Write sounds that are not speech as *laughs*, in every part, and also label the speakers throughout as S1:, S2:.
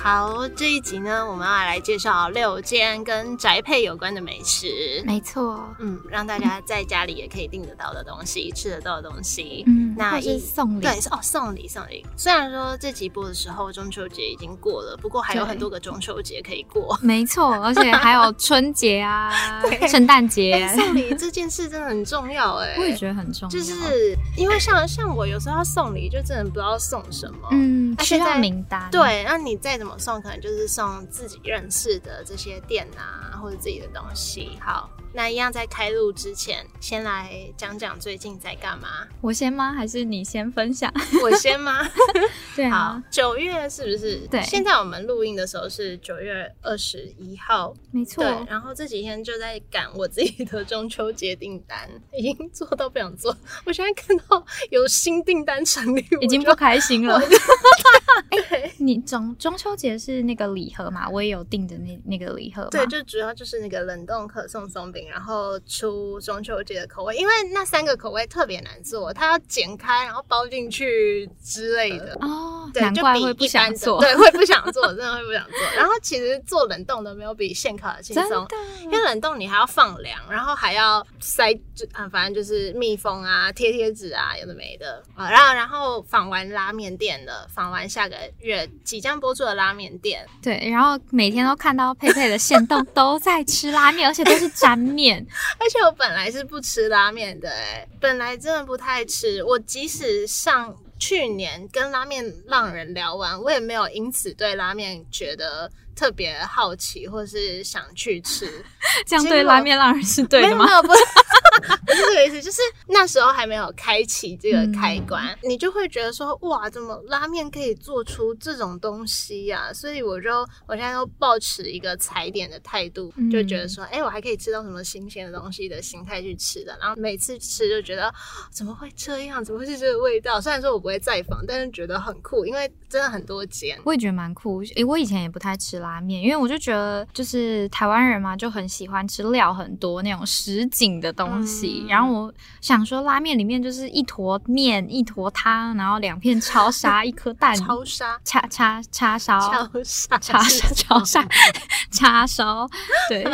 S1: 好，这一集呢，我们要来介绍六间跟宅配有关的美食，
S2: 没错，
S1: 嗯，让大家在家里也可以订得到的东西，吃得到的东西。
S3: 嗯，
S1: 那
S3: 或是
S1: 一
S3: 送礼，
S1: 对，是哦，送礼送礼。虽然说这集播的时候中秋节已经过了，不过还有
S3: 对
S1: 很多个中秋节可以
S3: *laughs*
S1: 过。
S3: 没错，而且还有春节啊、
S1: *laughs*
S3: 圣诞节
S1: 哎，送礼这件事真的很重要哎、
S3: 我也觉得很重要，
S1: 就是因为像像我有时候要送礼，就真的不知道送什么。
S3: 嗯，
S1: 啊
S3: 需
S1: 现
S3: 要
S1: 在
S3: 名单，，
S1: 对，那你再怎么送，可能就是送自己认识的这些店啊，或者自己的东西。好，那一样在开录之前，先来讲讲最近在干嘛。
S3: 我先吗？还是你先分享？
S1: 我先吗？
S3: 对 *laughs*
S1: 好
S3: 啊，，
S1: 九月是不是？
S3: 对
S1: 现在我们录音的时候是九月二十一号，
S3: 没错
S1: 对。，然后这几天就在赶我自己的中秋节订单，已经做到不想做。我现在看到有新订单成立，
S3: 已经
S1: 我就
S3: 不开心了。 *laughs* 哎，你中中秋节是那个礼盒嘛？我也有订的那那个礼盒嘛。
S1: 对，就主要就是那个冷冻可颂松饼，然后出中秋节的口味，因为那三个口味特别难做，它要剪开然后包进去之类的。
S3: 哦，
S1: 对，
S3: 难
S1: 就
S3: 怪
S1: 比
S3: 会不
S1: 一般
S3: 想
S1: 的
S3: 做，
S1: 对，会不想做，真的会不想做。然后其实做冷冻的没有比现烤的轻
S3: *laughs* 真
S1: 松，
S3: 的。
S1: 因为冷冻你还要放凉，然后还要塞，就啊，反正就是密封啊、贴贴纸啊，有的没的啊。然后，然后访完拉面店的，访完下个月即将播出的拉面店，
S3: 对，然后每天都看到佩佩的线动都在吃拉面，而且都是沾面。
S1: 而且我本来是不吃拉面的、欸，本来真的不太吃。我即使上去年跟拉面浪人聊完，我也没有因此对拉面觉得特别好奇，或是想去吃。
S3: 这样
S1: 结
S3: 对
S1: 果
S3: 拉面让人是对
S1: 没
S3: 的
S1: 有
S3: 吗
S1: 没？有，不是 *laughs* 不是这个意
S3: *laughs*
S1: 思，就是那时候还没有开启这
S3: 嗯
S1: 个开关，你就会觉得说，哇，怎么拉面可以做出这种东西呀、所以我就我现在都抱持一个踩点的态度，
S3: 嗯
S1: 就觉得说，哎、我还可以吃到什么新鲜的东西的心态去吃的，然后每次吃就觉得哦怎么会这样，怎么会是这个味道？虽然说我不会再访，但是觉得很酷，因为真的很多间。
S3: 我也觉得蛮酷。诶，我以前也不太吃拉面，因为我就觉得就是台湾人嘛，就很喜欢吃料很多那种什锦的东西。
S1: 嗯
S3: 然后我想说，拉面里面就是一坨面、一坨汤，然后两片超 *laughs* 沙、一颗蛋、
S1: 超杀，
S3: 叉叉叉烧、
S1: 超杀，
S3: *laughs* 叉烧、叉 *laughs* 烧、叉烧，对。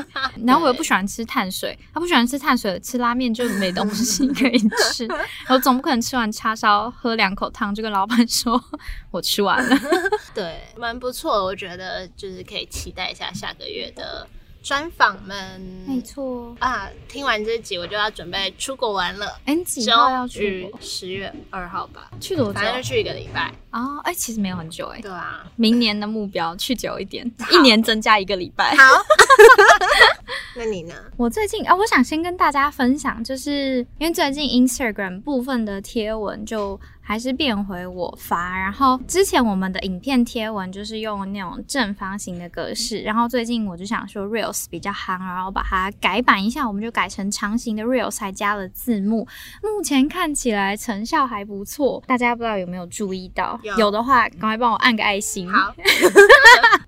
S3: 然后我又不喜欢吃碳水，他不喜欢吃碳水，吃拉面就没东西可以吃。我总不可能吃完叉烧喝两口汤就跟老板说我吃完了。
S1: 对，蛮不错的，我觉得就是可以期待一下下个月的专访们。
S3: 错。
S1: 啊，听完这集我就要准备出国玩了。
S3: 哎，你几号要去
S1: 去？十月二号吧，
S3: 去多久
S1: 反正就去一个礼拜。
S3: 啊？哎、其实没有很久哎、
S1: 对啊，
S3: 明年的目标去久一点，一年增加一个礼拜。哎
S1: 那你呢？
S3: 我最近啊、我想先跟大家分享，就是因为最近 Instagram 部分的贴文就还是变回我发，然后之前我们的影片贴文就是用那种正方形的格式，然后最近我就想说 Reels 比较夯，然后把它改版一下，我们就改成长形的 Reels，还加了字幕，目前看起来成效还不错，大家不知道有没有注意到？
S1: 有
S3: 的话，赶快帮我按个爱心。
S1: 好，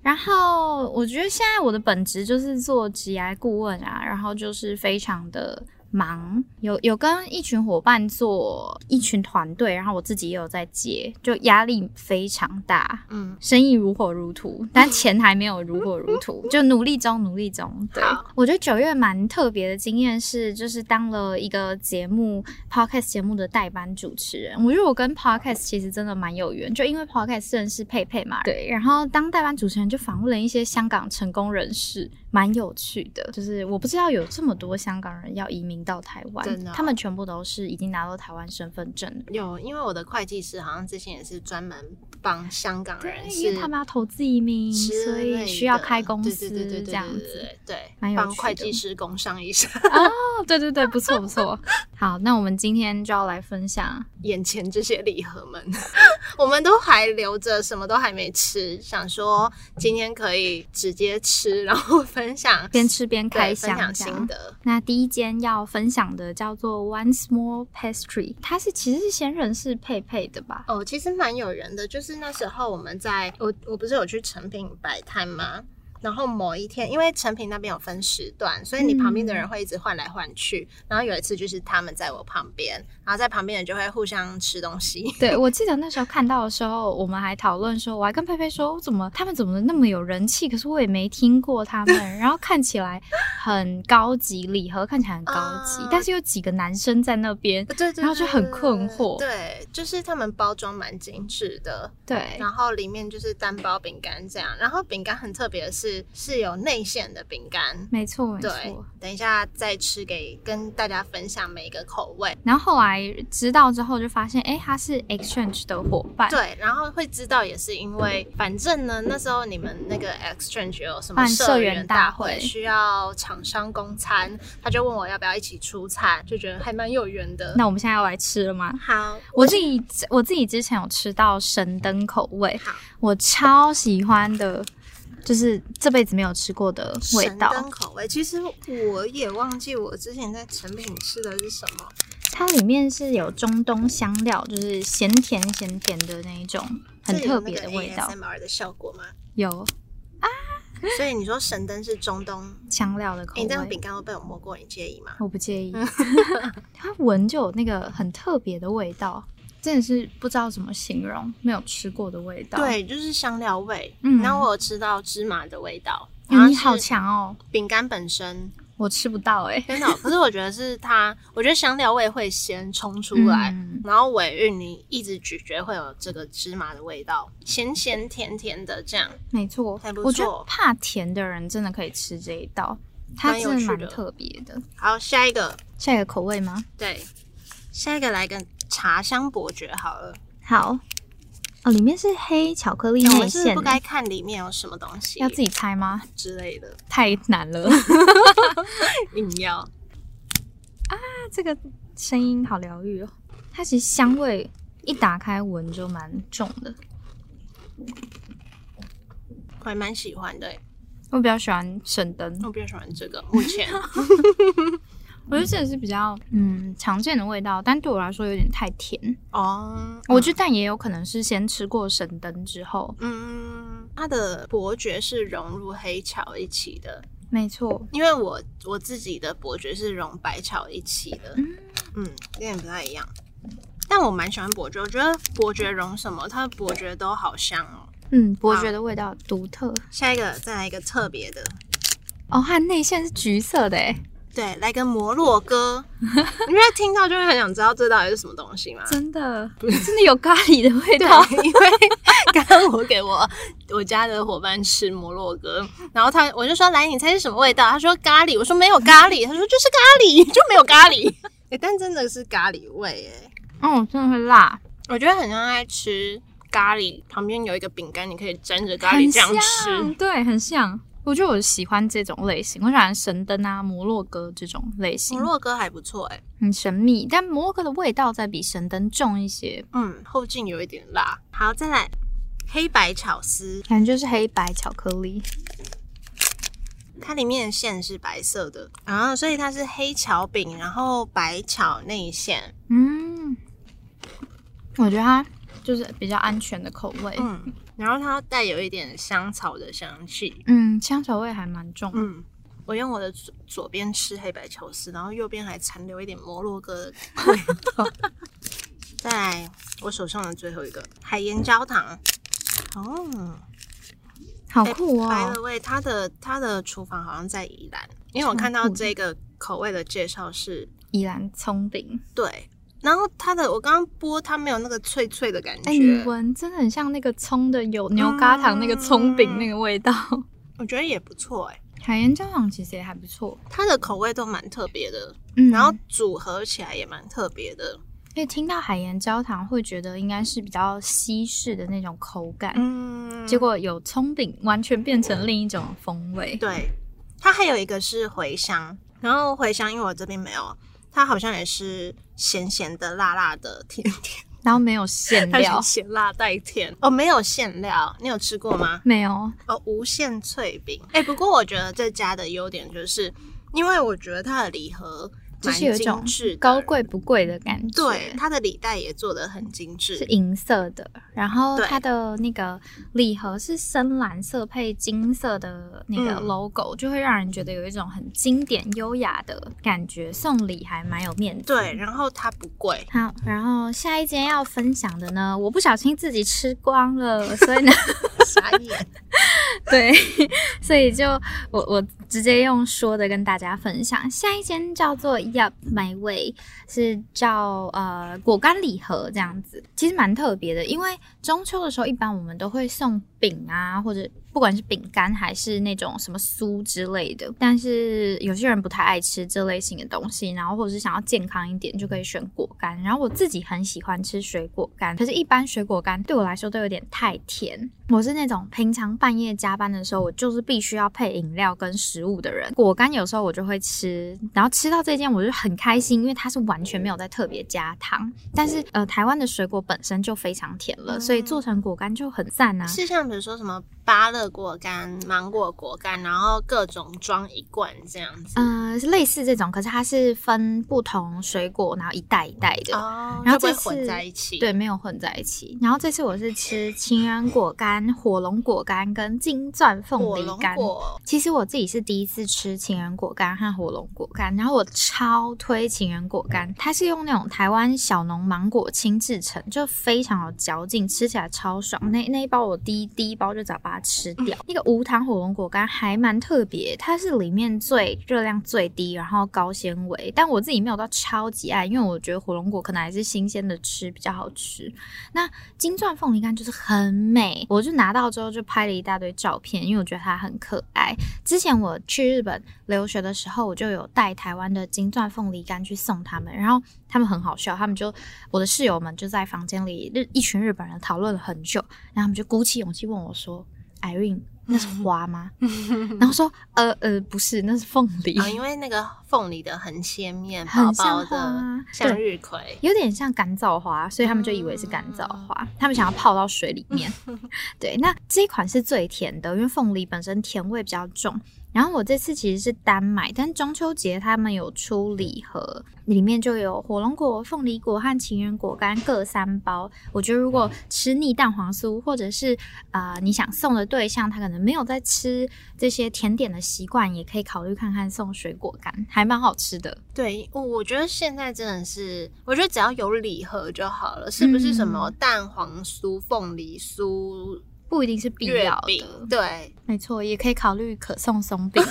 S3: 然后我觉得现在我的本职就是做职涯顾问啊，然后就是非常的忙，有有跟一群伙伴做一群团队，然后我自己也有在接，就压力非常大，
S1: 嗯，
S3: 生意如火如荼，
S1: *laughs*
S3: 但钱还没有如火如荼，就努力中，努力中。对
S1: 好，
S3: 我觉得九月蛮特别的经验是，就是当了一个节目 podcast 节目的代班主持人。我觉得我跟 podcast 其实真的蛮有缘，就因为 podcast 认识佩佩嘛。对，然后当代班主持人就访问了一些香港成功人士，蛮有趣的。就是我不知道有这么多香港人要移民到台湾
S1: 真的，哦
S3: 他们全部都是已经拿到台湾身份证的。
S1: 有，因为我的会计师好像之前也是专门帮香港
S3: 对
S1: 人，，
S3: 因为他们要投资移民，
S1: 之
S3: 所
S1: 类
S3: 以
S1: 的
S3: 需要开公
S1: 对
S3: 司
S1: 对对对对
S3: 这样
S1: 对
S3: 子。
S1: 对，对
S3: 蛮有
S1: 帮
S3: 趣
S1: 会
S3: 的
S1: 计师工商一下。
S3: 哦对对对，不错不错。好，那我们今天就要来分享，
S1: 眼前这些礼盒们， *laughs* 我们都还留着，什么都还没吃，想说今天可以直接吃，然后分享
S3: *laughs* 边吃边
S1: 对
S3: 开
S1: 分
S3: 箱
S1: 享
S3: 这
S1: 心
S3: 样。
S1: 得。
S3: 那第一间要分享的叫做 One Small Pastry，它是其实是先认识佩佩的吧？
S1: 哦，其实蛮有人的，就是那时候我们在我我不是有去成品摆摊吗？然后某一天，因为成品那边有分时段，所以你旁边的人
S3: 嗯
S1: 会一直换来换去。然后有一次就是他们在我旁边，然后在旁边人就会互相吃东西。 *laughs*
S3: 对，我记得那时候看到的时候，我们还讨论说，我还跟佩佩说，怎么他们怎么那么有人气？可是我也没听过他们，然后看起来很高级，礼盒看起来很高级，
S1: 啊
S3: 但是有几个男生在那边，
S1: 对对，
S3: 然后就很
S1: 对对
S3: 困
S1: 对
S3: 惑
S1: 对，就是他们包装蛮精致的，
S3: 对，
S1: 然后里面就是单包饼干这样。然后饼干很特别的是，是有内馅的饼干。
S3: 没错没
S1: 对
S3: 错。，
S1: 等一下再吃给跟大家分享每一个口味。
S3: 然后后来知道之后就发现，哎，他是 Exchange 的伙伴，
S1: 对，然后会知道也是因为，反正呢，那时候你们那个 Exchange 有什么
S3: 办社
S1: 员
S3: 员
S1: 大
S3: 大
S1: 会，
S3: 会
S1: 需要厂商供餐，他就问我要不要一起出餐，就觉得还蛮有缘的。
S3: 那我们现在要来吃了吗？
S1: 好，
S3: 我自己我自己之前有吃到神灯口味
S1: 好，
S3: 我超喜欢的，就是这辈子没有吃过的味
S1: 神
S3: 道。
S1: 灯口味，其实我也忘记我之前在成品吃的是什么。
S3: 它里面是有中东香料，就是咸甜咸甜的那一种，很特别的味道，
S1: 三 R 的效果吗？
S3: 有
S1: 所以你说神灯是中东，
S3: 香料的口
S1: 诶你这样
S3: 味
S1: 饼。干会被我摸过，你介意吗？
S3: 我不介意，
S1: 嗯
S3: *laughs* 它闻就有那个很特别的味道，真的是不知道怎么形容，没有吃过的味道。，
S1: 对，就是香料味，
S3: 嗯
S1: 然后我有吃到芝麻的味道。然
S3: 啊、
S1: 后
S3: 你好
S1: 是
S3: 强哦，
S1: 饼干本身
S3: 我吃不到哎、
S1: 真的，哦可是我觉得是它，我觉得香料味会先冲出来，
S3: 嗯
S1: 然后尾韵你一直咀嚼会有这个芝麻的味道，咸咸甜甜的这样。
S3: 没错
S1: 还不，
S3: 我觉
S1: 错
S3: 得怕甜的人真的可以吃这一道，它
S1: 蛮有
S3: 真的
S1: 趣
S3: 蛮
S1: 的
S3: 特别的。
S1: 好，下一个，
S3: 下一个口味吗？
S1: 对，下一个来个茶香伯爵好了。
S3: 好，哦，里面是黑巧克力
S1: 哎我
S3: 内
S1: 们是不是
S3: 馅
S1: 不
S3: 欸，
S1: 该看里面有什么东西，
S3: 要自己猜吗？
S1: 之类的
S3: 太难
S1: *laughs*
S3: 了，
S1: 饮料。
S3: 它这个声音好疗愈哦。它其实香味一打开闻就蛮重的，
S1: 我还蛮喜欢的欸，
S3: 我比较喜欢沈灯，
S1: 我比较喜欢这个。目前
S3: 我觉得这也是比较嗯常见的味道，但对我来说有点太甜。
S1: *laughs* 哦，
S3: 我觉得但也有可能是先吃过沈灯之后，
S1: 嗯，它的伯爵是融入黑巧一起的，
S3: 没错，
S1: 因为我我自己的伯爵是融白巧一起的，嗯，有点不太一样。但我蛮喜欢伯爵，我觉得伯爵融什么，它的伯爵都好香哦。
S3: 嗯，伯爵的味道独特
S1: 下一个再来一个特别的，
S3: 哦，它内馅是橘色的哎，
S1: 对，来个摩洛 *laughs* 哥。你们听到就会很想知道这到底是什么东西吗？
S3: *laughs* 真的真的有咖喱的味
S1: *laughs* 对
S3: 道，，
S1: 因为刚刚我给我我家的伙伴吃摩洛哥，然后他我就说来，你猜是什么味道？他说咖喱，我说没有咖喱，他说就是咖喱，就没有咖喱。 *laughs* 哎，但真的是咖喱味哎、
S3: 嗯，真的会辣，
S1: 我觉得很像在吃咖喱，旁边有一个饼干，你可以沾着咖
S3: 很
S1: 喱这样
S3: 像，
S1: 吃。
S3: 对，很像。我觉得我喜欢这种类型，我喜欢神灯啊、摩洛哥这种类型
S1: 摩，洛哥还不错哎、
S3: 很神秘，但摩洛哥的味道再比神灯重一些，
S1: 嗯，后劲有一点辣。好，再来黑白巧丝，
S3: 感觉就是黑白巧克力，
S1: 它里面的馅是白色的，然后所以它是黑巧饼，然后白巧内馅。
S3: 嗯，我觉得它就是比较安全的口味，嗯
S1: 嗯，然后它带有一点香草的香气。
S3: 嗯香草味还蛮重，
S1: 嗯，我用我的左左边吃黑白巧丝，然后右边还残留一点摩洛哥的味道。再来，我手上的最后一个海盐焦糖。哦，
S3: 好酷哦，
S1: 白了味，它的它的厨房好像在宜兰，因为我看到这个口味的介绍是
S3: 依然葱饼，
S1: 对，然后它的我刚刚剥它没有那个脆脆的感
S3: 哎、你
S1: 觉，
S3: 闻真的很像那个葱的有牛轧糖那个葱饼那个味道，
S1: 我觉得也不错哎、
S3: 嗯 *laughs* 海盐焦糖其实也还不错，
S1: 它的口味都蛮特别的，
S3: 嗯
S1: 然后组合起来也蛮特别的，
S3: 因为听到海盐焦糖，会觉得应该是比较西式的那种口感，
S1: 嗯，
S3: 结果有葱饼，完全变成另一种风味。
S1: 对，它还有一个是茴香，然后茴香，因为我这边没有，它好像也是咸咸的、辣辣的、甜甜，
S3: 然后没有馅 *laughs*
S1: 它
S3: 料
S1: 是，咸辣带甜哦，没有馅料，你有吃过吗？
S3: 没有，
S1: 哦，无限脆饼。哎、不过我觉得这家的优点就是，因为我觉得它的礼盒
S3: 就是有一种
S1: 蛮精致的
S3: 高，贵不贵的感觉。
S1: 对，它的礼袋也做的很精致
S3: 是。银色的，然后
S1: 对
S3: 它的那个礼盒是深蓝色配金色的那个
S1: 嗯
S3: logo，、就会让人觉得有一种很经典优雅的感觉，送礼还蛮有面子。
S1: 对，然后它不贵，
S3: 好，然后下一间要分享的呢，我不小心自己吃光了，所以呢，
S1: 傻眼。
S3: 对， *laughs* 所以就我我直接用说的跟大家分享。下一间叫做 Yup My Way，是叫呃果干礼盒这样子，其实蛮特别的，因为中秋的时候一般我们都会送饼啊，或者不管是饼干还是那种什么酥之类的，但是有些人不太爱吃这类型的东西，然后或者是想要健康一点，就可以选果干。然后我自己很喜欢吃水果干，可是，一般水果干对我来说都有点太甜。我是那种平常半夜加班的时候，我就是必须要配饮料跟食物的人。果干有时候我就会吃，然后吃到这件我就很开心，因为它是完全没有在特别加糖。但是，呃，台湾的水果本身就非常甜了，所以做成果干就很赞啊。
S1: 是像比如说什么芭乐果干、芒果果干，然后各种装一罐这样子。
S3: 嗯，是类似这种，可是它是分不同水果，然后一袋一袋的。
S1: 哦，
S3: 然后
S1: 就不会
S3: 这次
S1: 混在一起。
S3: 对，没有混在一起。然后这次我是吃情人果干、火龙果干跟金钻凤
S1: 火
S3: 梨
S1: 龙
S3: 干。
S1: 果，
S3: 其实我自己是第一次吃情人果干和火龙果干，然后我超推情人果干，它是用那种台湾小农芒果青制成，就非常有嚼劲，吃起来超爽。那那一包我第一第一包就早把它吃掉。那个无糖火龙果干还蛮特别，它是里面最热量最低，然后高纤维，但我自己没有到超级爱，因为我觉得火龙果可能还是新鲜的吃比较好吃。那金钻凤梨干就是很美，我就拿到之后就拍了一大堆照片，因为我觉得它很可爱。之前我去日本留学的时候，我就有带台湾的金钻凤梨干去送他们，然后他们很好笑，他们就我的室友们就在房间里日一群日本人讨论了很久，然后他们就鼓起勇气问我说：“Irene，那是花吗？” *laughs* 然后说：“呃呃，不是，那是凤梨。
S1: 啊，因为那个凤梨的横切面
S3: 很
S1: 薄薄
S3: 像花
S1: 的
S3: 啊，
S1: 向
S3: 对
S1: 日葵。
S3: 有点像干燥花，所以他们就以为是干燥花，
S1: 嗯
S3: 他们想要泡到水里
S1: *laughs*
S3: 面。对，那这一款是最甜的，因为凤梨本身甜味比较重。然后我这次其实是单买，但中秋节他们有出礼盒，里面就有火龙果、凤梨果和情人果干各三包。我觉得如果吃腻蛋黄酥，或者是啊、呃你想送的对象他可能没有在吃这些甜点的习惯，也可以考虑看看送水果干，还蛮好吃的。
S1: 对，我我觉得现在真的是，我觉得只要有礼盒就好了，是不是什
S3: 嗯
S1: 么蛋黄酥、凤梨酥、
S3: 不一定是必
S1: 月
S3: 要
S1: 饼
S3: 的，？嗯
S1: 对，
S3: 没错，也可以考虑可颂松饼。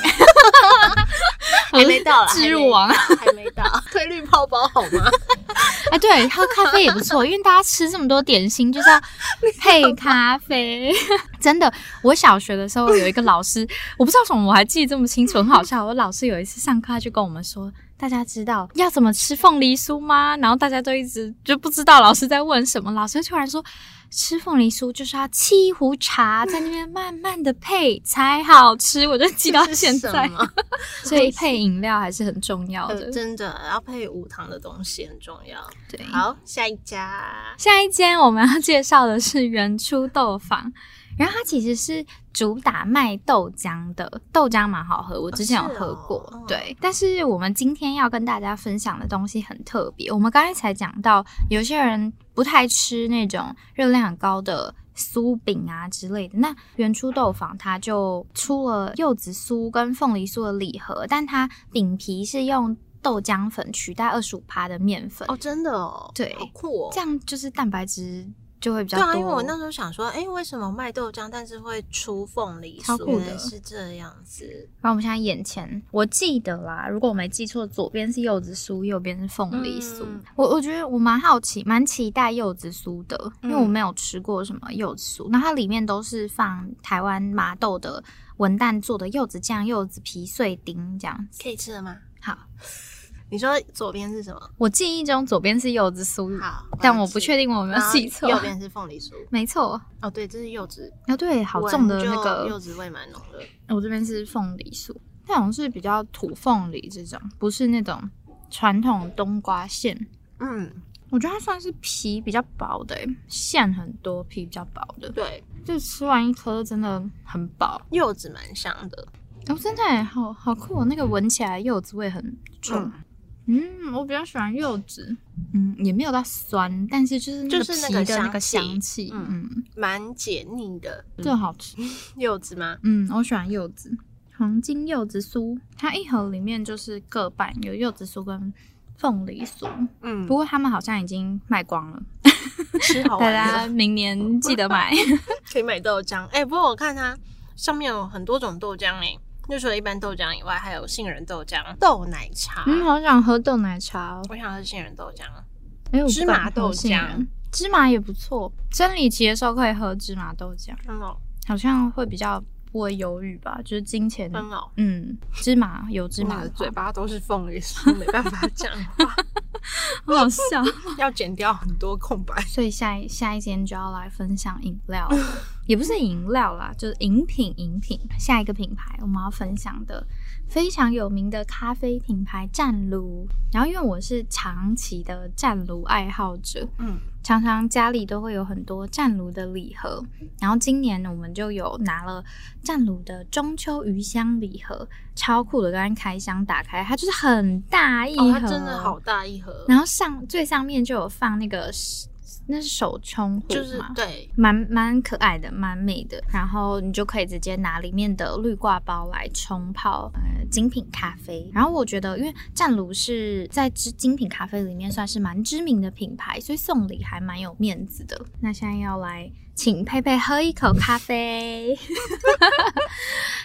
S1: 还没到啦，
S3: *laughs* 置入王
S1: 还没到还没
S3: *laughs*
S1: 到，推绿泡包好吗？
S3: 哎，对，喝咖啡也不错，因为大家吃这么多点心，就是 *laughs* 要配咖啡。 *laughs* 真的，我小学的时候有一个老师，我不知道为什么我还记得这么清楚，很好笑。我老师有一次上课，他就跟我们说。大家知道要怎么吃凤梨酥吗？然后大家都一直就不知道老师在问什么。老师突然说，吃凤梨酥就是要沏一壶茶，在那边慢慢的配才好吃。我就记到
S1: 这是
S3: *laughs* 现
S1: 什
S3: 在。
S1: 么
S3: 所以配饮料还是很重要
S1: 呃
S3: 的。
S1: 真的，然后配无糖的东西很重要。
S3: 对，
S1: 好，下一家，
S3: 下一间我们要介绍的是原初豆坊，然后它其实是主打卖豆浆的，豆浆蛮好喝，我之前有喝过。
S1: 是哦嗯
S3: 对，但是我们今天要跟大家分享的东西很特别，我们刚才才讲到，有些人不太吃那种热量很高的。酥饼啊之类的，那原初豆坊它就出了柚子酥跟凤梨酥的礼盒，但它饼皮是用豆浆粉取代二十五趴的面粉，
S1: 哦，真的哦，
S3: 对
S1: 好酷哦，
S3: 这样就是蛋白质就会比较
S1: 对
S3: 多。
S1: 啊，因为我那时候想说，哎、为什么卖豆浆，但是会出凤梨
S3: 超
S1: 酥？
S3: 酷的
S1: 原来是这样子，
S3: 然后我们现在眼前，我记得啦，如果我没记错，左边是柚子酥，右边是凤梨酥。
S1: 嗯
S3: 我我觉得我蛮好奇，蛮期待柚子酥的，
S1: 嗯
S3: 因为我没有吃过什么柚子酥。那它里面都是放台湾麻豆的文旦做的柚子酱、柚子皮碎丁这样子。
S1: 可以吃了吗？
S3: 好，
S1: 你说左边是什么？
S3: 我记忆中左边是柚子酥，
S1: 好，
S3: 但我不确
S1: 定
S3: 定我有没有记错。
S1: 右边是凤梨酥。
S3: 没错，哦
S1: 哦，对，这是柚子，
S3: *laughs* 啊对，好重的
S1: 闻
S3: 那
S1: 就
S3: 个
S1: 柚子味蛮浓的。
S3: 我这边是凤梨酥，那种是比较土凤梨这种，不是那种传统冬瓜馅。
S1: 嗯，
S3: 我觉得它算是皮比较薄的、欸，馅很多，皮比较薄的，
S1: 对，
S3: 就吃完一颗真的很饱。
S1: 柚子蛮像的，
S3: 哦，真的耶好好酷、哦，那个闻起来柚子味很重。嗯我比较喜欢柚子，嗯，也没有到酸，但是就是那
S1: 就
S3: 个
S1: 是那
S3: 皮
S1: 个
S3: 的那个
S1: 香气
S3: 香气，
S1: 嗯
S3: 嗯，
S1: 蛮解腻的。
S3: 这好吃。
S1: 柚子吗？
S3: 嗯，我喜欢柚子，黄金柚子酥，它一盒里面就是各半，有柚子酥跟凤梨酥，
S1: 嗯
S3: 不，过他们好像已经卖光了，
S1: 吃好
S3: *laughs* 大
S1: 玩的。哦
S3: 家明年记
S1: *laughs*
S3: 得买。嗯
S1: 可以买豆浆。哎、不过我看它上面有很多种豆浆哎、就除了一般豆浆以外，还有杏仁豆浆、豆奶茶。
S3: 嗯，好想喝豆奶茶哦，
S1: 我想喝杏仁豆浆，
S3: 哎，我不
S1: 芝
S3: 敢
S1: 麻
S3: 喝
S1: 豆
S3: 杏仁
S1: 浆，
S3: 芝麻也不错。生理期的时候可以喝芝麻豆浆，
S1: 很好，
S3: 好像会比较不会犹豫吧，就是金钱。
S1: 很好。
S3: 嗯，芝麻有芝麻
S1: 我
S3: 的
S1: 哦的嘴
S3: 嘴巴，
S1: 巴都是凤梨酥，没办法讲话，
S3: 好好笑。
S1: *laughs* 要剪掉很多空白。
S3: 所以下一下一间就要来分享饮料了，也不是饮料啦，就是饮品饮品。下一个品牌我们要分享的非常有名的咖啡品牌湛卢。然后因为我是长期的湛卢爱好者，
S1: 嗯，
S3: 常常家里都会有很多湛卢的礼盒，然后今年我们就有拿了湛卢的中秋鱼香礼盒，超酷的！刚刚开箱打开，它就是很大一盒，
S1: 哦，它真的好大一盒，
S3: 然后上最上面就有放那个是那是手冲壶
S1: 就是
S3: 吗
S1: 对，
S3: 蛮蛮可爱的，蛮美的。然后你就可以直接拿里面的绿挂包来冲泡呃精品咖啡。然后我觉得，因为湛卢是在知精品咖啡里面算是蛮知名的品牌，所以送礼还蛮有面子的。那现在要来请佩佩喝一口咖啡， *laughs*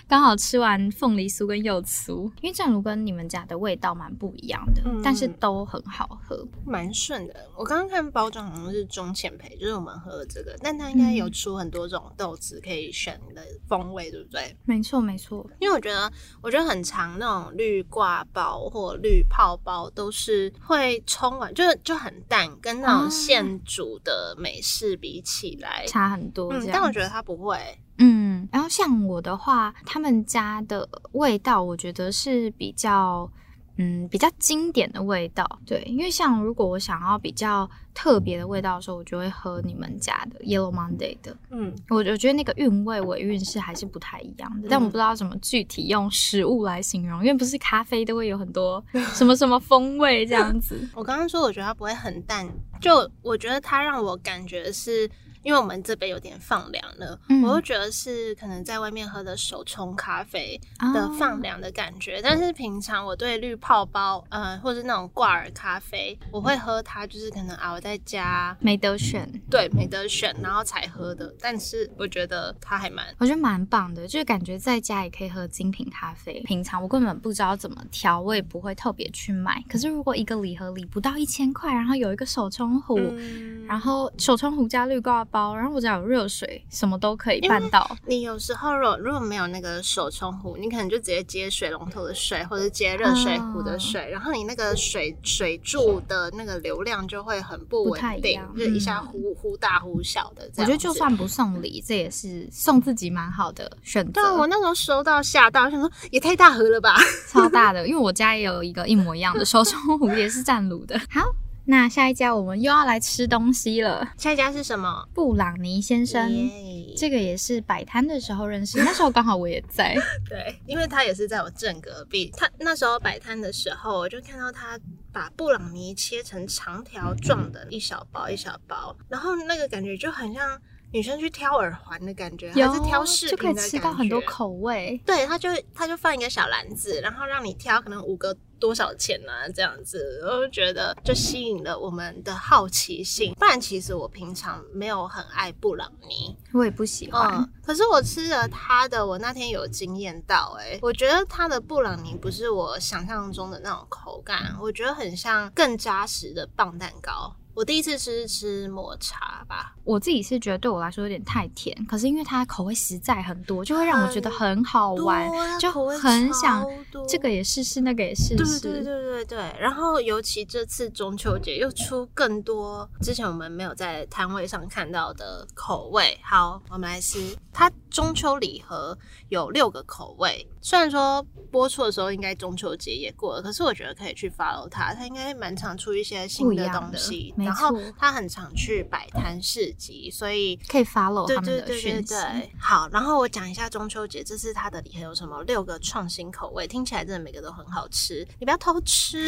S3: 刚好吃完凤梨酥跟柚子酥，因为湛卢跟你们家的味道蛮不一样的，
S1: 嗯
S3: 但是都很好喝。
S1: 蛮顺的。我刚刚看包装好像是中浅焙，就是我们喝的这个，但它应该有出很多种豆子可以选的风味，对不对？
S3: 没错，没错，
S1: 因为我觉得，我觉得很长那种绿挂包或绿泡包都是会冲完，就是就很淡，跟那
S3: 哦
S1: 种现煮的美式比起来，
S3: 差很多这
S1: 嗯，
S3: 样。
S1: 但我觉得它不会，
S3: 嗯，然后像我的话，他们家的味道，我觉得是比较，嗯，比较经典的味道。对，因为像如果我想要比较特别的味道的时候，我就会喝你们家的 Yellow Monday 的。
S1: 嗯，
S3: 我我觉得那个韵味、尾韵是还是不太一样的，但我不知道怎么具体用食物来形容，因为不是咖啡都会有很多什么什么风味这样子。
S1: 我刚刚说，我觉得它不会很淡，就我觉得它让我感觉是因为我们这边有点放凉了，
S3: 嗯
S1: 我就觉得是可能在外面喝的手冲咖啡的
S3: 啊
S1: 放凉的感觉。但是平常我对绿泡包，呃，或是那种挂耳咖啡，我会喝它，就是可能啊我在家。
S3: 没得选，
S1: 对，没得选，然后才喝的。但是我觉得它还蛮
S3: 我觉得蛮棒的，就是感觉在家也可以喝精品咖啡。平常我根本不知道怎么调，我也不会特别去买。可是如果一个礼盒里不到一千块，然后有一个手冲壶，
S1: 嗯
S3: 然后手冲壶加绿挂包，然后我只要有热水，什么都可以办到。
S1: 你有时候如果如果没有那个手冲壶，你可能就直接接水龙头的水，或者接热水壶的水，然后你那个水水柱的那个流量就会很不
S3: 不太
S1: 稳
S3: 一
S1: 定
S3: 样，
S1: 就一下
S3: 嗯
S1: 忽忽大忽小的这样子。
S3: 我觉得就算不送礼，这也是送自己蛮好的选择。
S1: 对啊，我那时候收到吓到，想说也太大盒了吧。
S3: 超大 *laughs* 的，因为我家也有一个一模一样的手冲壶，也是湛卢的。 *laughs* 好，那下一家我们又要来吃东西了，
S1: 下一家是什么？
S3: 布朗尼先生。
S1: 耶
S3: 这个也是摆摊的时候认识，那时候刚好我也在。
S1: 对，因为他也是在我正隔壁。他那时候摆摊的时候，我就看到他把布朗尼切成长条状的一小包一小包，然后那个感觉就很像女生去挑耳环的感 *laughs* 觉，还是挑饰
S3: 就
S1: 品
S3: 可
S1: 的感
S3: 以
S1: 觉。
S3: 吃到很多口味。
S1: 对，他就他就放一个小篮子，然后让你挑，可能五个多少钱啊这样子，我就觉得就吸引了我们的好奇心。不然其实我平常没有很爱布朗尼，
S3: 我也不喜欢，
S1: 嗯，可是我吃了它的，我那天有惊艳到哎、我觉得它的布朗尼不嗯是我想象中的那种口感，我觉得很像更扎实的棒蛋糕。我第一次吃是吃抹茶吧，
S3: 我自己是觉得对我来说有点太甜，可是因为它口味实在很多，就会让我觉得很好玩，
S1: 多啊
S3: 就
S1: 口味
S3: 很想
S1: 超多
S3: 这个也试试，那个也试
S1: 对
S3: 试。
S1: 对对对对对，然后尤其这次中秋节又出更多之前我们没有在摊位上看到的口味。好，我们来吃它中秋礼盒有六个口味，虽然说播出的时候应该中秋节也过了，可是我觉得可以去 follow 它，它应该蛮常出一些新
S3: 不一
S1: 的
S3: 样的
S1: 东西，
S3: 没
S1: 然后
S3: 错
S1: 它很常去摆摊市集，所以
S3: 可以 follow
S1: 对
S3: 他们
S1: 对
S3: 的
S1: 对对
S3: 讯息
S1: 对，好，然后我讲一下中秋节这次它的礼盒有什么六个创新口味，听起来真的每个都很好吃，你不要偷
S3: *laughs*
S1: 吃。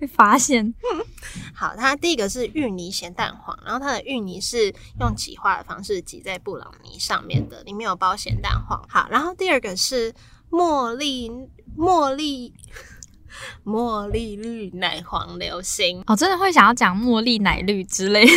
S3: 会发现
S1: 好，它第一个是芋泥咸蛋黄，然后它的芋泥是用挤化的方式挤在布朗尼上面的，里面有包咸蛋黄。好，然后第二个是茉莉茉莉茉莉绿奶黄流心，
S3: 哦，真的会想要讲茉莉奶绿之
S1: *laughs*
S3: 类的，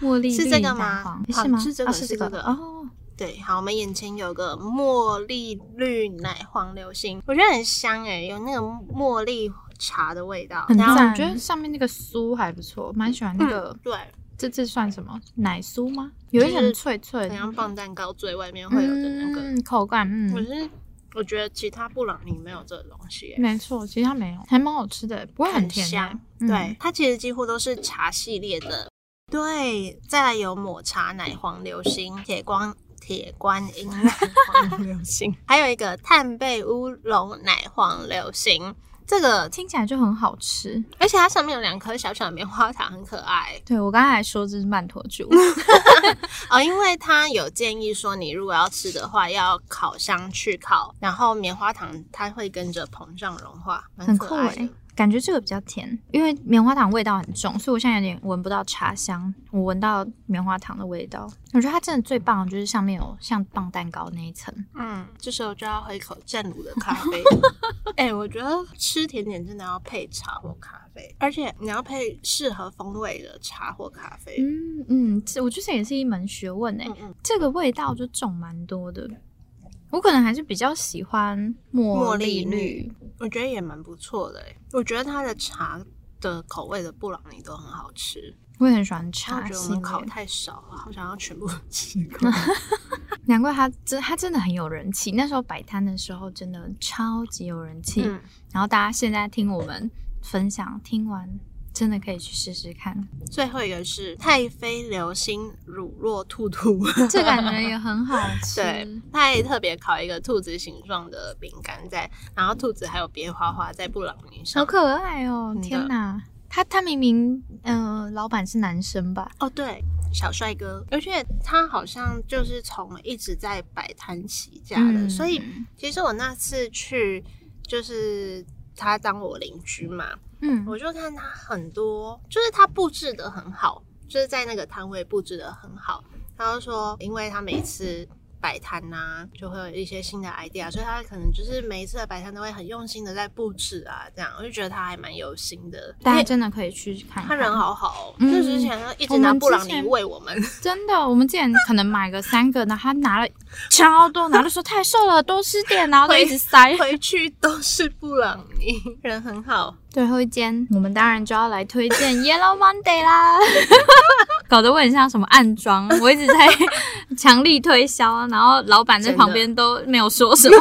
S3: 茉莉
S1: 是
S3: 绿
S1: 这个
S3: 蛋
S1: 吗
S3: 黄
S1: 好
S3: 是吗？
S1: 是这
S3: 哦
S1: 个是
S3: 是这
S1: 这
S3: 个
S1: 个
S3: 哦，
S1: 对，好，我们眼前有个茉莉绿奶黄流心，我觉得很香诶、有那个茉莉茶的味道，
S3: 很
S1: 然后
S3: 赞。
S4: 我觉得上面那个酥还不错，蛮喜欢那个。
S1: 嗯，对，
S4: 这这算什么？奶酥吗？有一
S1: 就
S4: 点
S1: 是
S4: 脆脆
S1: 很
S4: 的，
S1: 像棒蛋糕最外面会有的那个。
S4: 嗯、口感，
S1: 可
S4: 嗯，
S1: 是我觉得其他布朗尼没有这个东西、欸，
S4: 没错，其实它没有，还蛮好吃的，不会甜的。
S1: 香。
S4: 嗯
S1: 对，它其实几乎都是茶系列的。对，再来有抹茶奶黄流心、铁光铁观音奶黄流心，还有一个炭焙乌龙奶黄流心。这个，
S4: 听起来就很好吃。
S1: 而且它上面有两颗小小的棉花糖，很可爱
S3: 对我刚才还说这是曼陀珠，
S1: 哦。因为它有建议说，你如果要吃的话，要烤箱去烤，然后棉花糖它会跟着膨胀融化，蛮
S3: 很
S1: 可
S3: 酷
S1: 爱
S3: 哎、
S1: 的。
S3: 感觉这个比较甜，因为棉花糖味道很重，所以我现在有点闻不到茶香，我闻到棉花糖的味道。我觉得它真的最棒，就是上面有像棒蛋糕那一层，
S1: 嗯，这时候就要喝一口正乳的咖
S3: *laughs*
S1: 啡。哎、我觉得吃甜点真的要配茶或咖啡，而且你要配适合风味的茶或咖啡。
S3: 嗯嗯，这我觉得这也是一门学问哎、
S1: 嗯嗯
S3: 这个味道就重蛮多的。我可能还是比较喜欢茉
S1: 茉莉
S3: 莉绿
S1: 绿，我觉得也蛮不错的、哎，我觉得它的茶的口味的布朗尼都很好吃。
S3: 我也很喜欢
S1: 但我
S3: 茶
S1: 觉得我
S3: 系
S1: 们烤
S3: 列。
S1: 太少了，好想要全部吃
S3: *laughs*
S1: 光。
S3: 难怪它真它真的很有人气，那时候摆摊的时候真的超级有人气。
S1: 嗯，
S3: 然后大家现在听我们分享，听完真的可以去试试 *laughs* 看，
S1: 最后一个是太妃流星乳酪兔兔。 *laughs*
S3: 这感觉也很好吃。
S1: 对，他也特别烤一个兔子形状的饼干在，然后兔子还有别花花在布朗尼上
S3: 好。可爱哦！
S1: 真的
S3: 天哪，他他明明呃，老板是男生吧？
S1: 哦，对，小帅哥，而且他好像就是从一直在摆摊起家的，
S3: 嗯
S1: 所以其实我那次去就是他当我邻居嘛，
S3: 嗯，
S1: 我就看他很多，就是他布置的很好，就是在那个摊位布置的很好。他就说，因为他每次摆摊呐，就会有一些新的 idea，所以他可能就是每一次的摆摊都会很用心的在布置啊，这样我就觉得他还蛮有心的。
S3: 大家
S1: 因为
S3: 真的可以去看看。
S1: 他人好好、哦，
S3: 嗯
S1: 就之前他一直
S3: 我们
S1: 拿布朗
S3: 之
S1: 尼
S3: 前
S1: 喂我们，
S3: 真的，我们之前可能买个三个，然后他拿了超多，然后就说太瘦了，多吃点，然后就一直塞。
S1: 回去都是布朗尼，人很好。 *laughs*
S3: 最后一间，我们当然就要来推 *laughs* 荐 Yellow Monday 啦。 *laughs* 搞得我很像什么暗装，我一直 *laughs* 在强力推销，然后老板在旁边都没有说 *laughs* 什么。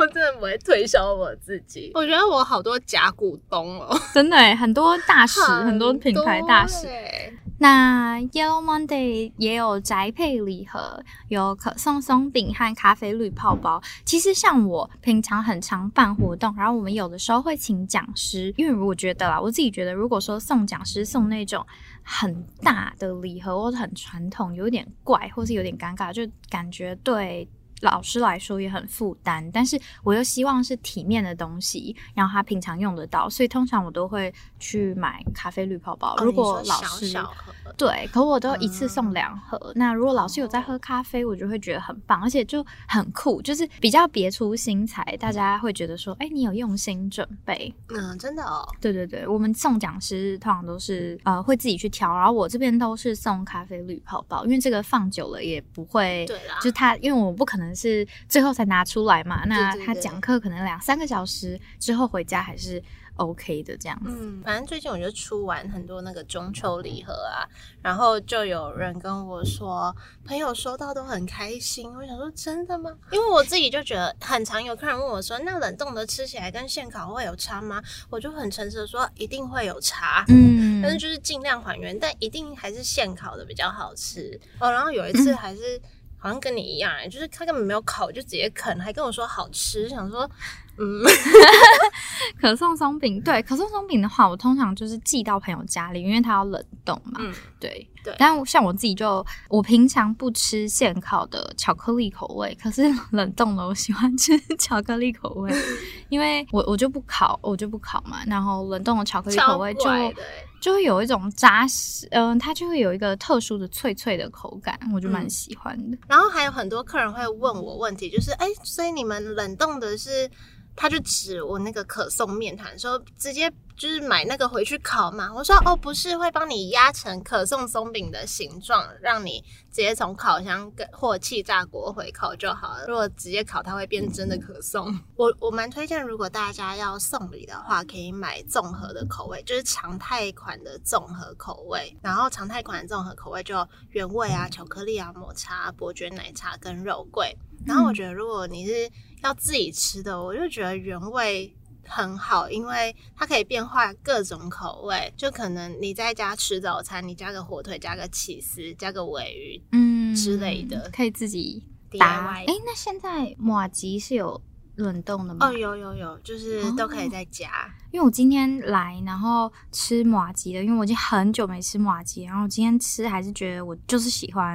S1: 我真的不会推销我自己，我觉得我好多假股东哦，
S3: 真的耶，很多大使，很多品牌大
S1: 师。
S3: 使。那 Yellow Monday 也有宅配礼盒，有可颂松饼和咖啡绿泡包。其实像我平常很常办活动，然后我们有的时候会请讲师，因为我觉得啦，我自己觉得，如果说送讲师送那种很大的礼盒或者很传统，有点怪，或是有点尴尬，就感觉对。老师来说也很负担，但是我又希望是体面的东西，然后他平常用得到，所以通常我都会去买咖啡绿泡包。
S1: 哦
S3: 如果
S1: 你说
S3: 老
S1: 小
S3: 师
S1: 小盒
S3: 对，可我都一次
S1: 嗯
S3: 送两盒。那如果老师有在喝咖啡，我就会觉得很棒，而且就很酷，就是比较别出心裁，大家会觉得说，哎、你有用心准备。
S1: 嗯，真的哦，
S3: 对对对，我们送讲师通常都是呃会自己去挑，然后我这边都是送咖啡绿泡泡，因为这个放久了也不会。
S1: 对啦，
S3: 就它，因为我不可能是最后才拿出来嘛，那
S1: 对对
S3: 他
S1: 对
S3: 讲课可能两三个小时之后回家还是 OK 的这样子。
S1: 嗯，反正最近我就出完很多那个中秋礼盒啊，然后就有人跟我说，朋友收到都很开心。我想说，真的吗？因为我自己就觉得，很常有客人问我说，那冷冻的吃起来跟现烤会有差吗？我就很诚实的说，一定会有差。
S3: 嗯
S1: 但是就是尽量还原，但一定还是现烤的比较好吃哦。然后有一次
S3: 嗯
S1: 还是、好像跟你一样、欸，就是他根本没有烤就直接啃，还跟我说好吃，想说嗯，
S3: 可颂松饼，对，可颂松饼的话，我通常就是寄到朋友家里，因为它要冷冻嘛。
S1: 嗯
S3: 对
S1: 对
S3: 但像我自己就，我平常不吃现烤的巧克力口味，可是冷冻的我喜欢吃巧克力
S1: *laughs*
S3: 口味，因为我我就不烤，我就不烤嘛。然后冷冻的巧克力口
S1: 超
S3: 味就
S1: 怪的、欸。
S3: 就会有一种扎实，嗯、它就会有一个特殊的脆脆的口感，我就蛮
S1: 嗯
S3: 喜欢的。
S1: 然后还有很多客人会问我问题，就是哎、所以你们冷冻的是，他就指我那个可颂面团，说直接就是买那个回去烤嘛。我说哦，不是，会帮你压成可颂松饼的形状，让你直接从烤箱跟或气炸锅回烤就好了。如果直接烤，它会变真的可颂。 *laughs* 我我蛮推荐，如果大家要送礼的话，可以买综合的口味，就是常态款的综合口味。然后常态款的综合口味就原味啊、巧克力啊、抹茶啊、伯爵奶茶跟肉桂。然后我觉得，如果你是要自己吃的，我就觉得原味。很好，因为它可以变化各种口味，就可能你在家吃早餐，你加个火腿，加个起司，加个尾鱼
S3: 嗯
S1: 之类的
S3: 可以自己打。哎、
S1: DIY。
S3: 那现在马吉是有冷冻的吗？
S1: 哦，有有有，
S3: 哦
S1: 就是都可以在家。 *laughs*
S3: 因为我今天来，然后吃马吉的，因为我已经很久没吃马吉，然后我今天吃还是觉得我就是喜
S1: *laughs*
S3: 欢，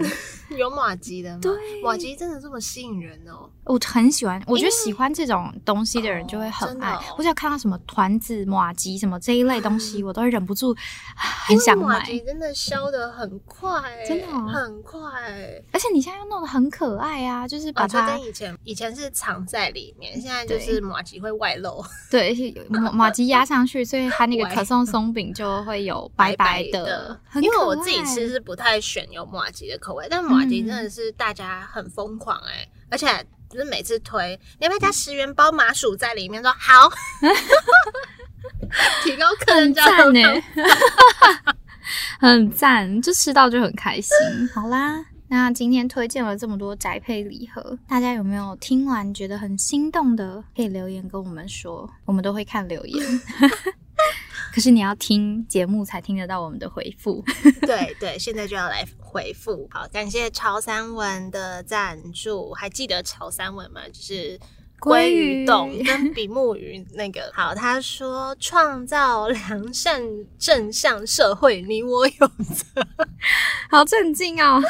S1: 有马吉的吗？
S3: 对
S1: 马吉真的这么吸引人哦。
S3: 我很喜欢，我觉得喜欢这种东西的人就会很
S1: 哦真的
S3: 爱。
S1: 哦
S3: 我只要看到什么团子、马吉什么这一类
S1: *laughs*
S3: 东西，我都会忍不住啊很想
S1: 因为马
S3: 买
S1: 吉。真的削的很快欸、
S3: 真的哦
S1: 很快欸、
S3: 而且你现在又弄得很可爱啊，就是把
S1: 哦，就
S3: 它、
S1: 跟以前以前是藏在里面，现在就是马吉会外露，
S3: 对马马吉压上去，所以它
S1: *laughs*
S3: 那个
S1: 喂
S3: 可颂松饼就会有白
S1: 白
S3: 的，
S1: 的。
S3: 很
S1: 因为
S3: 可
S1: 我自己
S3: 爱
S1: 吃是不太选有马吉的口味，但马吉
S3: 嗯
S1: 真的是大家很疯狂哎、而且。就是每次推，你要不要加
S3: 嗯
S1: 十元包麻薯在里面？说好， *laughs* 提高客人
S3: 很
S1: 家的
S3: 赞呢欸
S1: 量。，
S3: *laughs* 很赞，就吃到就很开心。好啦， *laughs* 那今天推荐了这么多宅配礼盒，大家有没有听完觉得很心动的？可以留言跟我们说，我们都会看留 *laughs* 言。可是你要听节目才听得到我们的回复。
S1: 对对，现在就要来回复。好，感谢潮三文的赞助，还记得潮三文吗？就是。
S3: 鲑
S1: 鲑
S3: 鱼
S1: 鱼冻跟比目 *laughs* 鱼那个好，他说创造良善正向社会，你我有责。 *laughs*
S3: 好震惊哦！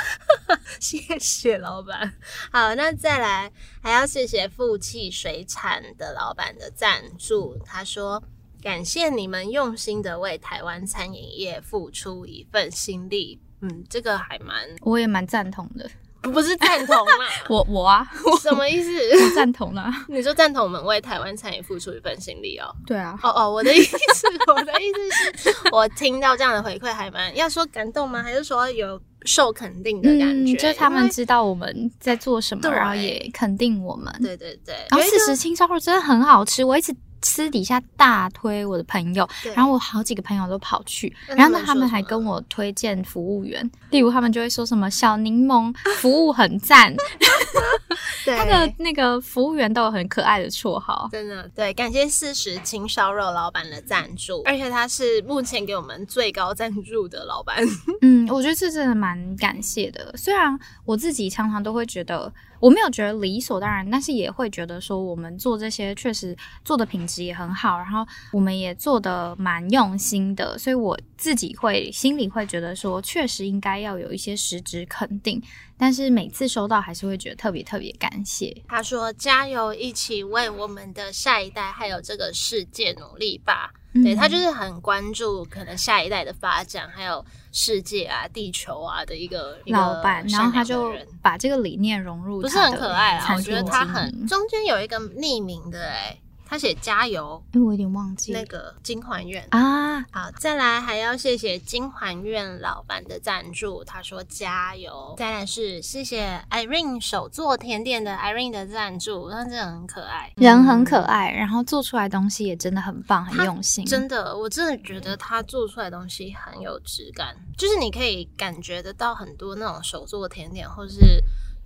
S1: 谢谢老板。好，那再来还要谢谢富气水产的老板的赞助。他说：“感谢你们用心的为台湾餐饮业付出一份心力。”嗯，这个还蛮
S3: 我也蛮赞同的，
S1: 不是赞同
S3: *laughs*
S1: 啦，
S3: 我我啊，
S1: 什么意思？
S3: 我赞同啊啦。
S1: 你说赞同我们为台湾餐饮付出一份心力哦？
S3: 对啊，
S1: 哦哦，我的意思，我的意思是，我听到这样的回馈还蛮要说感动吗？还是说有受肯定的感觉？
S3: 嗯就是他
S1: 因
S3: 们
S1: 为
S3: 知道我们在做什么，
S1: 对
S3: 然后也肯定我们。
S1: 对对对，
S3: 然后
S1: 因为
S3: 哦四十青烧肉真的很好吃，我一直私底下大推我的朋友，
S1: 对
S3: 然后我好几个朋友都跑去，
S1: 那
S3: 然后
S1: 他
S3: 呢
S1: 们
S3: 他们
S1: 说
S3: 还
S1: 什么
S3: 跟我推荐服务员，例如他们就会说什么小柠檬服务很赞，
S1: *laughs* 对
S3: 他的那个服务员都有很可爱的绰号，
S1: 真的对，感谢四十青烧肉老板的赞助，而且他是目前给我们最高赞助的老板。 *laughs*
S3: 嗯，我觉得这真的蛮感谢的。虽然我自己常常都会觉得我没有觉得理所当然，但是也会觉得说我们做这些确实做的品质也很好，然后我们也做的蛮用心的，所以我自己会心里会觉得说确实应该要有一些实质肯定，但是每次收到还是会觉得特别特别感谢。
S1: 他说：“加油，一起为我们的下一代还有这个世界努力吧。”对
S3: 嗯
S1: 他就是很关注可能下一代的发展，还有世界啊、地球啊的一个一个
S3: 老板，然
S1: 善
S3: 后
S1: 良
S3: 他
S1: 的
S3: 就
S1: 人
S3: 把这个理念融入，
S1: 啊不是很可爱啊，我觉得他
S3: 经营
S1: 很中间有一个匿名的哎、他写加油
S3: 哎，我有点忘记
S1: 那个金环院。
S3: 啊，
S1: 好，再来还要谢谢金环院老板的赞助，他说加油。再来是谢谢 Irene 手做甜点的 Irene 的赞助，那真的很可爱。
S3: 人很可爱，然后做出来东西也真的很棒，很
S1: 他
S3: 用心，
S1: 真的，我真的觉得他做出来的东西很有质感，就是你可以感觉得到很多那种手做甜点，或是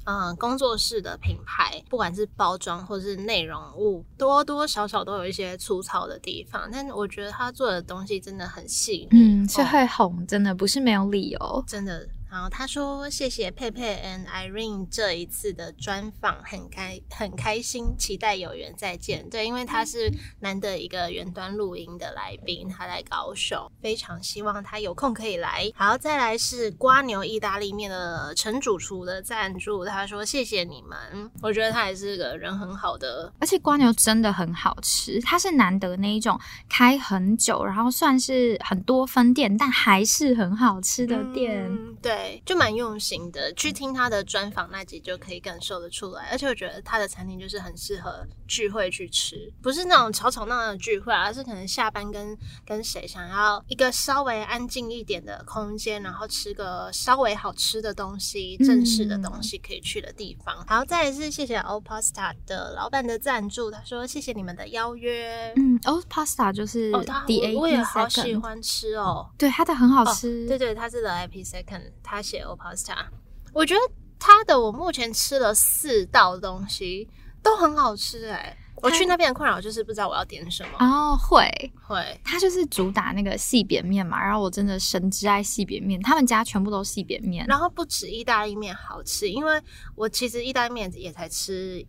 S1: 嗯工作室的品牌，不管是包装或是内容物，多多少少都有一些粗糙的地方，但我觉得他做的东西真的很细腻，
S3: 嗯，是
S1: 哦
S3: 会红，真的不是没有理由。
S1: 真的。然后他说：“谢谢佩佩 and Irene 这一次的专访，很开很开心，期待有缘再见。”对，因为他是难得一个远端录音的来宾，他来高手，非常希望他有空可以来。好，再来是瓜牛意大利面的陈主厨的赞助，他说：“谢谢你们。”我觉得他也是个人很好的，
S3: 而且瓜牛真的很好吃，它是难得那一种开很久，然后算是很多分店，但还是很好吃的店。
S1: 嗯对，就蛮用心的。去听他的专访那集就可以感受得出来，而且我觉得他的餐厅就是很适合聚会去吃，不是那种吵吵闹闹的聚会啊，而是可能下班跟跟谁想要一个稍微安静一点的空间，然后吃个稍微好吃的东西、正式的
S3: 嗯
S1: 东西可以去的地方。好，再来是谢谢 o Pasta 的老板的赞助，他说谢谢你们的邀约。
S3: 嗯哦，pasta 就是
S1: 哦，他
S3: D A
S1: 我我
S3: P
S1: 也好喜
S3: second，
S1: 欢吃哦。
S3: 对它的很好
S1: 哦
S3: 吃，
S1: 对对，他是 The IP Second，他写 o Pasta。我觉得他的我目前吃了四道东西都很好吃哎、我去那边的困扰就是不知道我要点什么。
S3: 然后哦会。
S1: 会，
S3: 它就是主打那个细扁面嘛，然后我真的神之爱细扁面，他们家全部都细扁面。
S1: 然后不止意大利面好吃，因为我其实意大利面也才吃。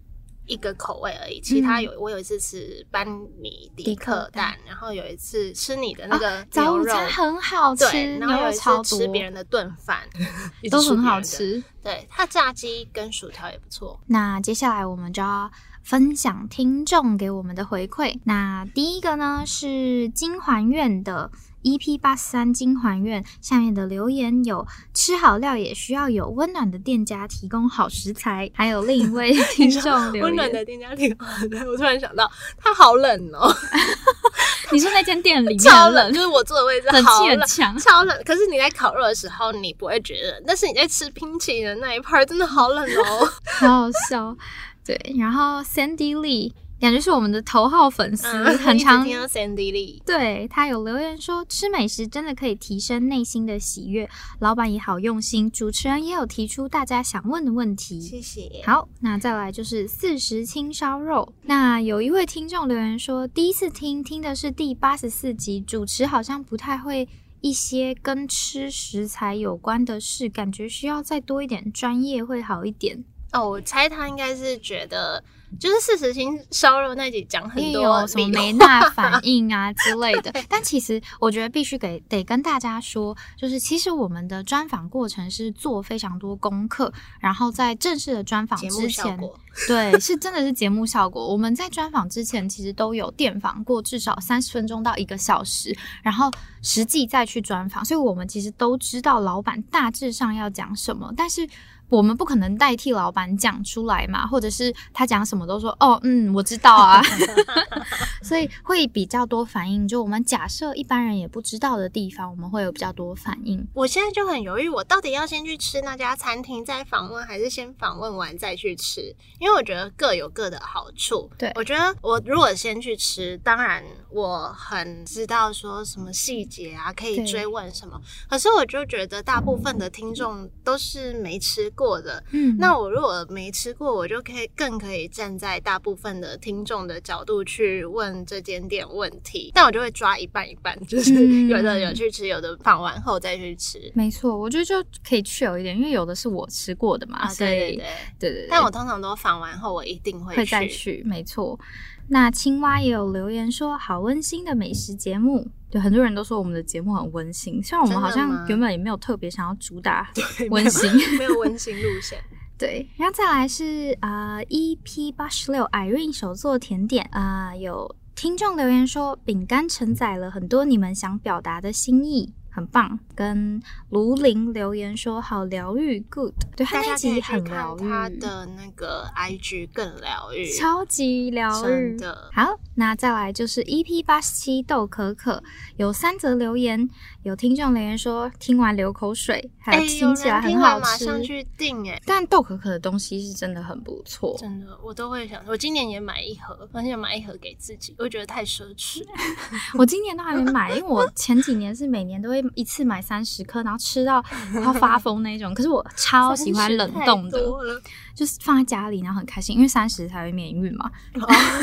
S1: 一个口味而已，其他有、我有一次吃班尼迪
S3: 嗯迪
S1: 克
S3: 克蛋哦
S1: 蛋，然后有一次吃你的那个
S3: 早
S1: 牛
S3: 午
S1: 肉，
S3: 餐很好吃，
S1: 对，然
S3: 牛
S1: 后有
S3: 肉
S1: 一
S3: 超
S1: 次
S3: 多，
S1: 吃别人的炖饭，一直
S3: *laughs* 都
S1: 吃
S3: 很
S1: 别
S3: 好
S1: 人的。
S3: 吃。
S1: 对，它炸鸡跟薯条也不错。
S3: 那接下来我们就要分享听众给我们的回馈。那第一个呢是金环院的 EP 八三金环院下面的留言有：吃好料也需要有温暖的店家提供好食材。还有另一 *laughs* 位听众留
S1: 温暖
S3: 言，
S1: 的店家 *laughs* 挺好的，我突然想到，它好冷哦，
S3: 你说那间店里面
S1: 超
S3: 很
S1: 冷，
S3: *laughs* 冷
S1: 就是我坐的位置
S3: 冷
S1: 好
S3: 气很
S1: 冷，
S3: 强，
S1: 超冷。可是你在烤肉的时候，你不会觉得冷，但是你在吃冰淇淋的那一 part 真的好冷
S3: *laughs*
S1: 哦。
S3: 好好笑。对，然后 Sandy Lee 感觉是我们的头号粉丝，
S1: 嗯
S3: 很
S1: 一直
S3: 常
S1: 听到啊 Sandy Lee，
S3: 对他有留言说，吃美食真的可以提升内心的喜悦，老板也好用心，主持人也有提出大家想问的问题。
S1: 谢谢。
S3: 好，那再来就是四十清烧肉。那有一位听众留言说，第一次听听的是第八十四集，主持好像不太会一些跟吃食材有关的事，感觉需要再多一点专业会好一点。
S1: 哦，我猜他应该是觉得，就是四十斤烧肉那集讲很
S3: 也
S1: 多
S3: 有什么
S1: 理
S3: 梅
S1: 由，*laughs*
S3: 纳反应啊之类的。但其实我觉得必须给得跟大家说，就是其实我们的专访过程是做非常多功课，然后在正式的专访
S1: 节目
S3: 之
S1: 效
S3: 前，
S1: 果。
S3: 对，是真的是节目效果。我们在专访之前其实都有电访过至少三十分钟到一个小时，然后实际再去专访，所以我们其实都知道老板大致上要讲什么，但是。我们不可能代替老板讲出来嘛，或者是他讲什么都说哦，嗯，我知道啊， *laughs* 所以会比较多反应。就我们假设一般人也不知道的地方，我们会有比较多反应。
S1: 我现在就很犹豫，我到底要先去吃那家餐厅再访问，还是先访问完再去吃？因为我觉得各有各的好处。
S3: 对
S1: 我觉得我如果先去吃，当然我很知道说什么细节啊，可以
S3: 对
S1: 追问什么。可是我就觉得大部分的听众都是没吃过的，
S3: 嗯，
S1: 那我如果没吃过，我就可以更可以站在大部分的听众的角度去问这间店问题，但我就会抓一半一半，就是
S3: 嗯
S1: 有的有去吃，有的放完后再去吃。
S3: 没错，我觉得就可以去有一点，因为有的是我吃过的嘛，
S1: 啊，
S3: 所以
S1: 对对对。
S3: 对对对，
S1: 但我通常都访完后，我一定会
S3: 会再。去，没错。那青蛙也有留言说，好温馨的美食节目，对很多人都说我们的节目很温馨，虽然我们
S1: 真
S3: 好
S1: 的吗
S3: 像原本也没有特别想要
S1: *laughs*
S3: 主打
S1: 没有
S3: 温馨， *laughs*
S1: 没有温馨路线，
S3: 对。然后再来是啊，EP 八十六 Irene 手做甜点呃啊、有听众留言说，饼干承载了很多你们想表达的心意。很棒，跟卢林留言说好疗愈，good，对 *laughs* 他
S1: 大家可
S3: 那一
S1: 以
S3: 集
S1: 去
S3: 很
S1: 看
S3: 疗
S1: 他
S3: 愈，
S1: 的那个 IG 更疗愈，
S3: 超级疗愈
S1: 真。的。
S3: 好，那再来就是 EP 八十七豆可可有三则留言，有听众留言说听完流口水，还
S1: 哎，
S3: 有
S1: 有
S3: 听起来
S1: 人
S3: 很
S1: 听
S3: 好
S1: 完
S3: 吃。
S1: 马上去订哎，
S3: 但豆可可的东西是真的很不错，
S1: 真的，我都会想，我今年也买一盒，而且买一盒给自己，我觉得太奢侈。 *laughs*
S3: 我今年都还没买，因为我前几年是每年都会一次买三十颗，然后吃到快要发疯那种。可是我超喜欢冷冻的
S1: 30太，多了
S3: 就是放在家里，然后很开心，因为三十才会免运嘛。
S1: 哦
S3: *laughs*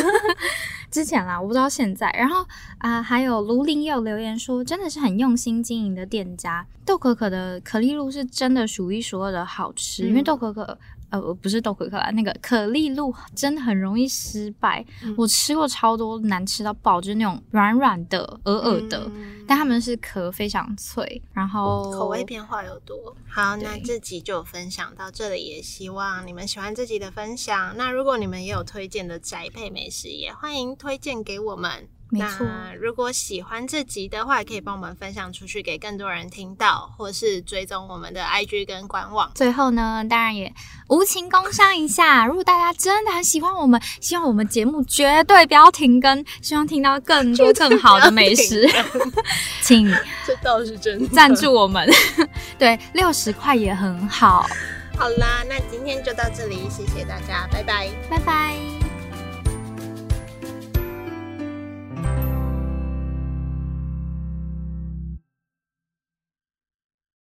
S3: 之前啦，我不知道现在。然后啊、还有卢林也有留言说，真的是很用心经营的店家，豆可可的可丽露是真的数一数二的好吃，
S1: 嗯
S3: 因为豆可可。呃，不是豆可可啦，那个可丽露真的很容易失败。
S1: 嗯
S3: 我吃过超多难吃到爆，就是那种软软的、鹅鹅的，
S1: 嗯哦
S3: 但他们是壳非常脆，然后
S1: 口味变化有多好。那
S3: 对
S1: 这集就分享到这里，也希望你们喜欢这集的分享。那如果你们也有推荐的宅配美食，也欢迎推荐给我们。
S3: 没错
S1: 那如果喜欢这集的话，也可以帮我们分享出去给更多人听到，或是追踪我们的 IG 跟官网。
S3: 最后呢，当然也无情工商一下。如果大家真的很喜欢我们，希望我们节目绝对不要停更，希望听到更多更好的美食，请
S1: *laughs* 这倒是真的。
S3: 赞助我们。 *laughs* 对，六十块也很好。
S1: 好啦，那今天就到这里，谢谢大家，拜拜。
S3: 拜拜。